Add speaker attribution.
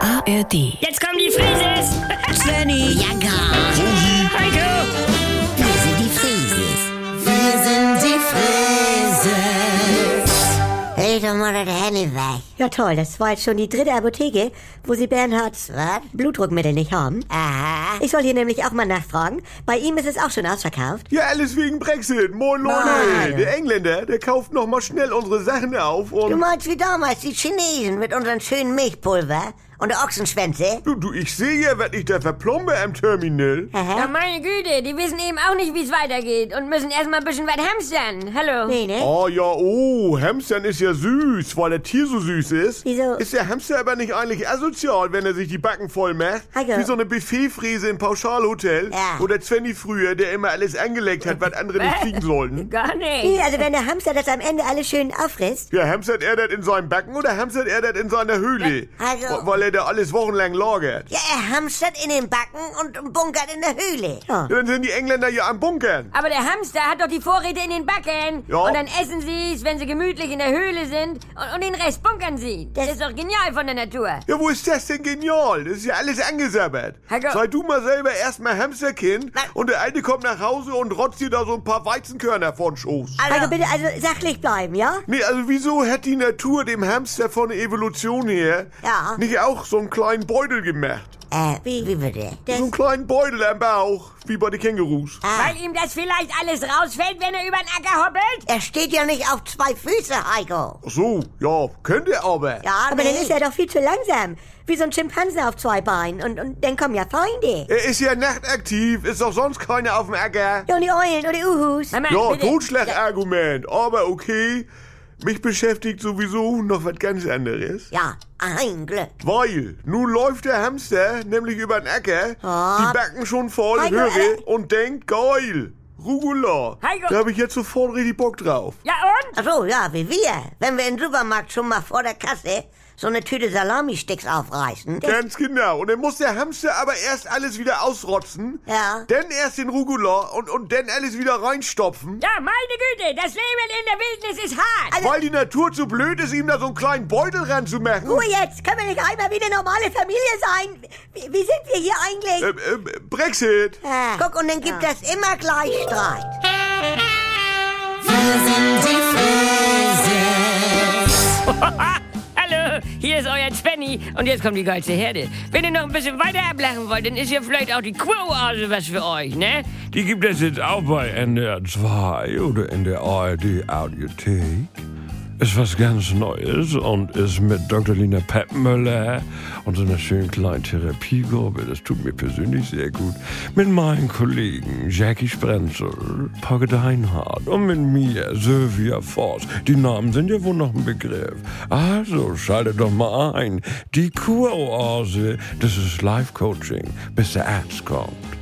Speaker 1: ARD.
Speaker 2: Jetzt kommen die Frises!
Speaker 3: Svenny,
Speaker 4: Ja, gar.
Speaker 2: Heiko!
Speaker 4: Wir sind die Frieses. Wir sind die Frieses. Leg doch mal das Handy weg.
Speaker 3: Ja toll, das war jetzt schon die dritte Apotheke, wo Sie Bernhards
Speaker 4: Was?
Speaker 3: Blutdruckmittel nicht haben.
Speaker 4: Aha.
Speaker 3: Ich soll hier nämlich auch mal nachfragen. Bei ihm ist es auch schon ausverkauft.
Speaker 5: Ja, alles wegen Brexit. Moin, Leute.
Speaker 3: Moin.
Speaker 5: Der Engländer, der kauft noch mal schnell unsere Sachen auf und...
Speaker 4: Du meinst wie damals die Chinesen mit unseren schönen Milchpulver und Ochsenschwänze?
Speaker 5: Du, du, ich sehe ja, was ich da verplombe am Terminal.
Speaker 2: Ja, meine Güte, die wissen eben auch nicht, wie es weitergeht und müssen erstmal ein bisschen was hamstern. Hallo.
Speaker 3: Nee, ne?
Speaker 5: Oh ja, oh, Hamstern ist ja süß, weil der Tier so süß ist.
Speaker 3: Wieso?
Speaker 5: Ist der Hamster aber nicht eigentlich asozial, wenn er sich die Backen voll macht?
Speaker 3: Heike.
Speaker 5: Wie so eine Buffetfräse im Pauschalhotel.
Speaker 4: Ja.
Speaker 5: Oder Zwenny früher, der immer alles angeleckt hat, was andere nicht kriegen sollten.
Speaker 2: Gar nicht.
Speaker 3: Nee, also wenn der Hamster das am Ende alles schön auffrisst.
Speaker 5: Ja, hamstert er das in seinem Backen oder hamstert er das in seiner Höhle?
Speaker 4: Also-
Speaker 5: Weil er da alles wochenlang lagert.
Speaker 4: Ja, er hamstert in den Backen und bunkert in der Höhle.
Speaker 3: Ja.
Speaker 5: Ja, dann sind die Engländer ja am Bunkern.
Speaker 2: Aber der Hamster hat doch die Vorräte in den Backen.
Speaker 5: Ja.
Speaker 2: Und dann essen sie es, wenn sie gemütlich in der Höhle sind. Und, und den Rest bunkern sie. Das,
Speaker 3: Das-
Speaker 2: ist doch genial von der Natur.
Speaker 5: Ja, wo ist das denn genial? Das ist ja alles angesabbert.
Speaker 2: Hacker.
Speaker 5: Sei du mal selber erstmal Hamsterkind
Speaker 4: Na-
Speaker 5: und der Alte kommt nach Hause und rotzt dir da so ein paar Weizenkörner von Schoß.
Speaker 4: Ah.
Speaker 3: Also bitte, also sachlich bleiben, ja?
Speaker 5: Nee, also wieso hat die Natur dem Hamster von der Evolution her
Speaker 4: Ja.
Speaker 5: nicht auch so einen kleinen Beutel gemacht?
Speaker 4: Äh, wie, wie bitte?
Speaker 5: So einen kleinen Beutel am Bauch, wie bei den Kängurus.
Speaker 4: Ah,
Speaker 2: Weil ihm das vielleicht alles rausfällt, wenn er über den Acker hoppelt?
Speaker 4: er steht ja nicht auf zwei Füße, Heiko.
Speaker 5: Ach so, ja, könnte aber.
Speaker 4: Ja,
Speaker 3: Aber dann
Speaker 4: nee.
Speaker 3: ist er doch viel zu langsam. Wie so ein Schimpanse auf zwei Beinen. Und, und dann kommen ja Feinde.
Speaker 5: Er ist ja nachtaktiv, ist doch sonst keiner auf dem Acker.
Speaker 3: Ja, und die Eulen und die Uhus.
Speaker 2: Mama,
Speaker 5: Ja,
Speaker 2: bitte.
Speaker 5: Totschlagargument, aber okay. Mich beschäftigt sowieso noch was ganz anderes.
Speaker 4: Ja, ein Glück.
Speaker 5: Weil, nun läuft der Hamster nämlich über den Acker, die Backen schon voll,
Speaker 3: Heiko,
Speaker 5: höre
Speaker 3: äh.
Speaker 5: und denkt, geil, Rucola,
Speaker 2: Heiko.
Speaker 5: da habe ich jetzt sofort richtig Bock drauf.
Speaker 2: Ja und?
Speaker 4: Ach so, ja, wie wir. Wenn wir im Supermarkt schon mal vor der Kasse so eine Tüte Salami-Sticks aufreißen.
Speaker 5: Ganz genau. Und dann muss der Hamster aber erst alles wieder ausrotzen,
Speaker 4: Ja.
Speaker 5: dann erst den Rucola und, und dann alles wieder reinstopfen,
Speaker 2: Ja, meine Güte, das Leben in der Wildnis ist hart.
Speaker 5: weil die Natur zu blöd ist, ihm da so einen kleinen Beutel ranzumachen.
Speaker 3: Ruhe jetzt! Können wir nicht einmal wie eine normale Familie sein? Wie, wie sind wir hier
Speaker 5: Äh,
Speaker 3: eigentlich?
Speaker 5: äh, Brexit.
Speaker 3: Ah.
Speaker 4: Guck, und dann gibt es immer gleich Streit.
Speaker 2: Hallo, hier ist euer Svenny und jetzt kommt die geilste Herde. Wenn ihr noch ein bisschen weiter ablachen wollt, dann ist hier vielleicht auch die Quo-Oase was für euch, ne?
Speaker 6: Die gibt es jetzt auch bei NDR 2 oder in der ARD Audiothek. Ist was ganz Neues und ist mit Dr. Lina Peppmüller und so einer schönen kleinen Therapiegruppe, das tut mir persönlich sehr gut, mit meinen Kollegen Jackie Sprenzel, Pogge Deinhardt und mit mir Sylvia Voss. Die Namen sind ja wohl noch ein Begriff. Also schaltet doch mal ein. Die Kuroase, das ist Life-Coaching, bis der Arzt kommt.